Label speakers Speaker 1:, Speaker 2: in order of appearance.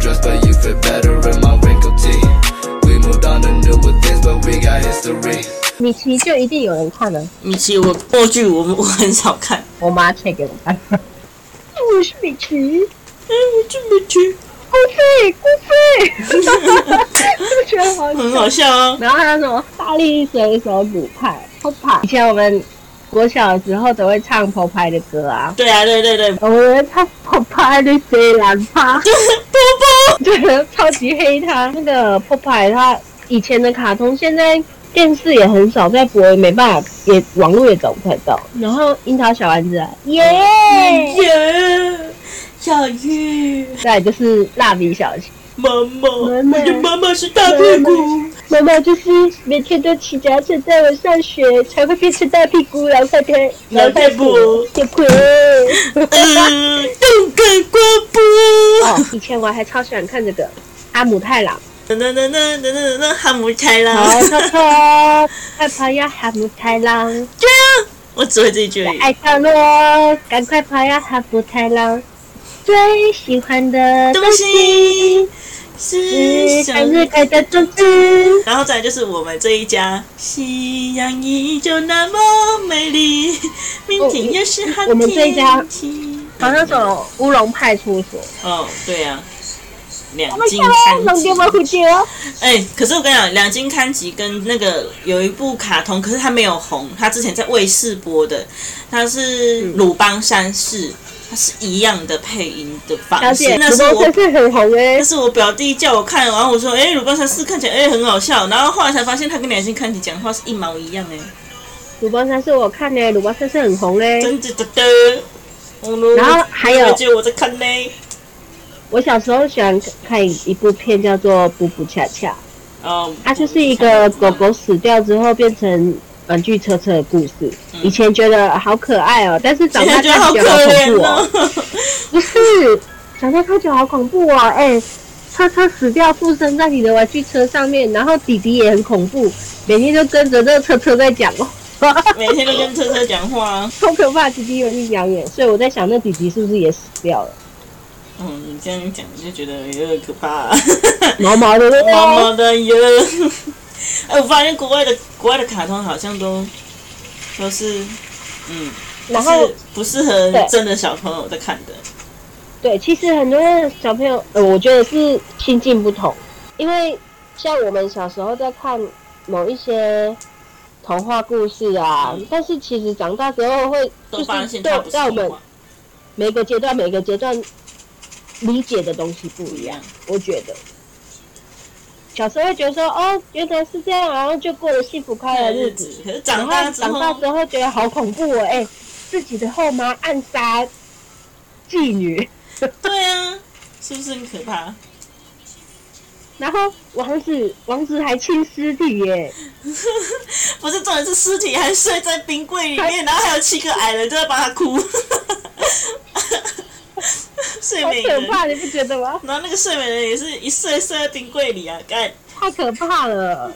Speaker 1: dress, but you fit better in my wrinkled tee. We moved on to newer things, but we got history.
Speaker 2: 米奇就一定有人看的，
Speaker 3: 米奇，我过剧我我很少看，
Speaker 2: 我妈切给我看。我是米奇，
Speaker 3: 哎，我这么剧
Speaker 2: 郭飞，郭飞，就觉得好
Speaker 3: 很好笑啊。
Speaker 2: 然后还有什么大力水手补派、p o p 以前我们国小的时候都会唱 p o p 的歌啊，
Speaker 3: 对啊，对对对，
Speaker 2: 我们会唱 p o p 的水蓝趴，
Speaker 3: 就是波
Speaker 2: 对，超级黑他那个 p o p 他以前的卡通现在。电视也很少在播，没办法，也网络也找不太到。然后樱桃小丸子、啊，耶、嗯
Speaker 3: 波耶，哎小玉
Speaker 2: 再来就是蜡笔小新，
Speaker 3: 妈
Speaker 2: 妈
Speaker 3: 妈，
Speaker 2: 妈
Speaker 3: 我的妈妈是大屁股，
Speaker 2: 妈妈就是每天都骑脚踏车带我上学，才会变成大屁股老太太、
Speaker 3: 老太婆
Speaker 2: 铁棍。哦
Speaker 3: 嗯，动感光波。
Speaker 2: 哦，以前我还超喜欢看这个阿姆太郎，哎
Speaker 3: 噔噔噔噔噔噔噔，哈姆太郎。
Speaker 2: 好超超，快跑呀阿姆太郎，
Speaker 3: 对啊，我只会这一句而已。
Speaker 2: 爱上我，赶快跑呀阿姆太郎，最喜欢的
Speaker 3: 东西是
Speaker 2: 是
Speaker 3: 小
Speaker 2: 向日
Speaker 3: 日，
Speaker 2: 葵的 种子。
Speaker 3: 然后再来就是我们这一家，夕阳依旧那么美丽，明天又是好
Speaker 2: 哦我们这一家
Speaker 3: 天气。
Speaker 2: 好像什么乌龙派出所，
Speaker 3: 哦，对啊，两
Speaker 2: 我
Speaker 3: 金刊集。
Speaker 2: 蝴蝶哦。
Speaker 3: 哎、可是我跟你讲，两金刊集跟那个有一部卡通，可是它没有红，它之前在卫视播的，它是
Speaker 2: 嗯
Speaker 3: 鲁邦三世，它是一样的配音的
Speaker 2: 小
Speaker 3: 方式
Speaker 2: 姐，。
Speaker 3: 那
Speaker 2: 直
Speaker 3: 是我
Speaker 2: 播真是很红哎、
Speaker 3: 但是我表弟叫我看，然后我说，哎、鲁班三世看起来哎、很好笑，然后后来才发现他跟两性看起讲话是一毛一样哎、
Speaker 2: 鲁邦三世我看呢、鲁邦三世很红嘞、
Speaker 3: 真的的的。哦
Speaker 2: 然后还有
Speaker 3: 我觉得我在看呢，
Speaker 2: 我小时候喜欢看一部片叫做《补补恰恰》，
Speaker 3: 哦，
Speaker 2: 它就是一个狗狗死掉之后变成玩具车车的故事。以前觉得好可爱哦、但是长
Speaker 3: 现在
Speaker 2: 大
Speaker 3: 嗯觉得
Speaker 2: 看
Speaker 3: 好
Speaker 2: 起来
Speaker 3: 可
Speaker 2: 好恐
Speaker 3: 怜
Speaker 2: 怖哦、
Speaker 3: 哦。
Speaker 2: 不是，长大看起来好恐怖哦、哎、车车死掉附身在你的玩具车上面，然后弟弟也很恐怖，每天都跟着那个车车在讲哦、
Speaker 3: 每天都跟车车讲话，
Speaker 2: 超可怕，弟弟有阴阳眼，所以我在想那弟弟是不是也死掉了？
Speaker 3: 嗯，你这样讲就觉得有点可 怕、
Speaker 2: 毛毛的，对不对
Speaker 3: 妈妈的耶！哎、我发现国外的国外的卡通好像都都是，嗯，
Speaker 2: 然后
Speaker 3: 是不适合
Speaker 2: 对
Speaker 3: 真的小朋友在看的。
Speaker 2: 对，其实很多的小朋友，呃，我觉得是心境不同，因为像我们小时候在看某一些童话故事啊，
Speaker 3: 嗯
Speaker 2: 但是其实长大之后会
Speaker 3: 都发
Speaker 2: 就是
Speaker 3: 现它
Speaker 2: 对
Speaker 3: 不是
Speaker 2: 在我
Speaker 3: 动
Speaker 2: 们
Speaker 3: 画，
Speaker 2: 每个阶段每个阶段理解的东西不
Speaker 3: 不
Speaker 2: 一
Speaker 3: 一
Speaker 2: 样
Speaker 3: 样，。
Speaker 2: 我觉得。小时候会觉得说，哦，原来是这样，然后就过了幸福快乐的日子。，
Speaker 3: 可是
Speaker 2: 然
Speaker 3: 长
Speaker 2: 后
Speaker 3: 大之
Speaker 2: 长大
Speaker 3: 后，
Speaker 2: 之后觉得好恐怖哦，哎、自己的后妈暗杀妓女，
Speaker 3: 对啊，是不是很可怕？
Speaker 2: 然后王子王子还亲尸体耶，
Speaker 3: 不是重点是尸体还睡在冰柜里面，然后还有七个矮人都在帮他哭， 睡
Speaker 2: 好
Speaker 3: 美
Speaker 2: 可
Speaker 3: 人。
Speaker 2: 怕，你不觉得吗？
Speaker 3: 然后那个睡美人也是一睡睡在冰柜里啊，干
Speaker 2: 太可怕了！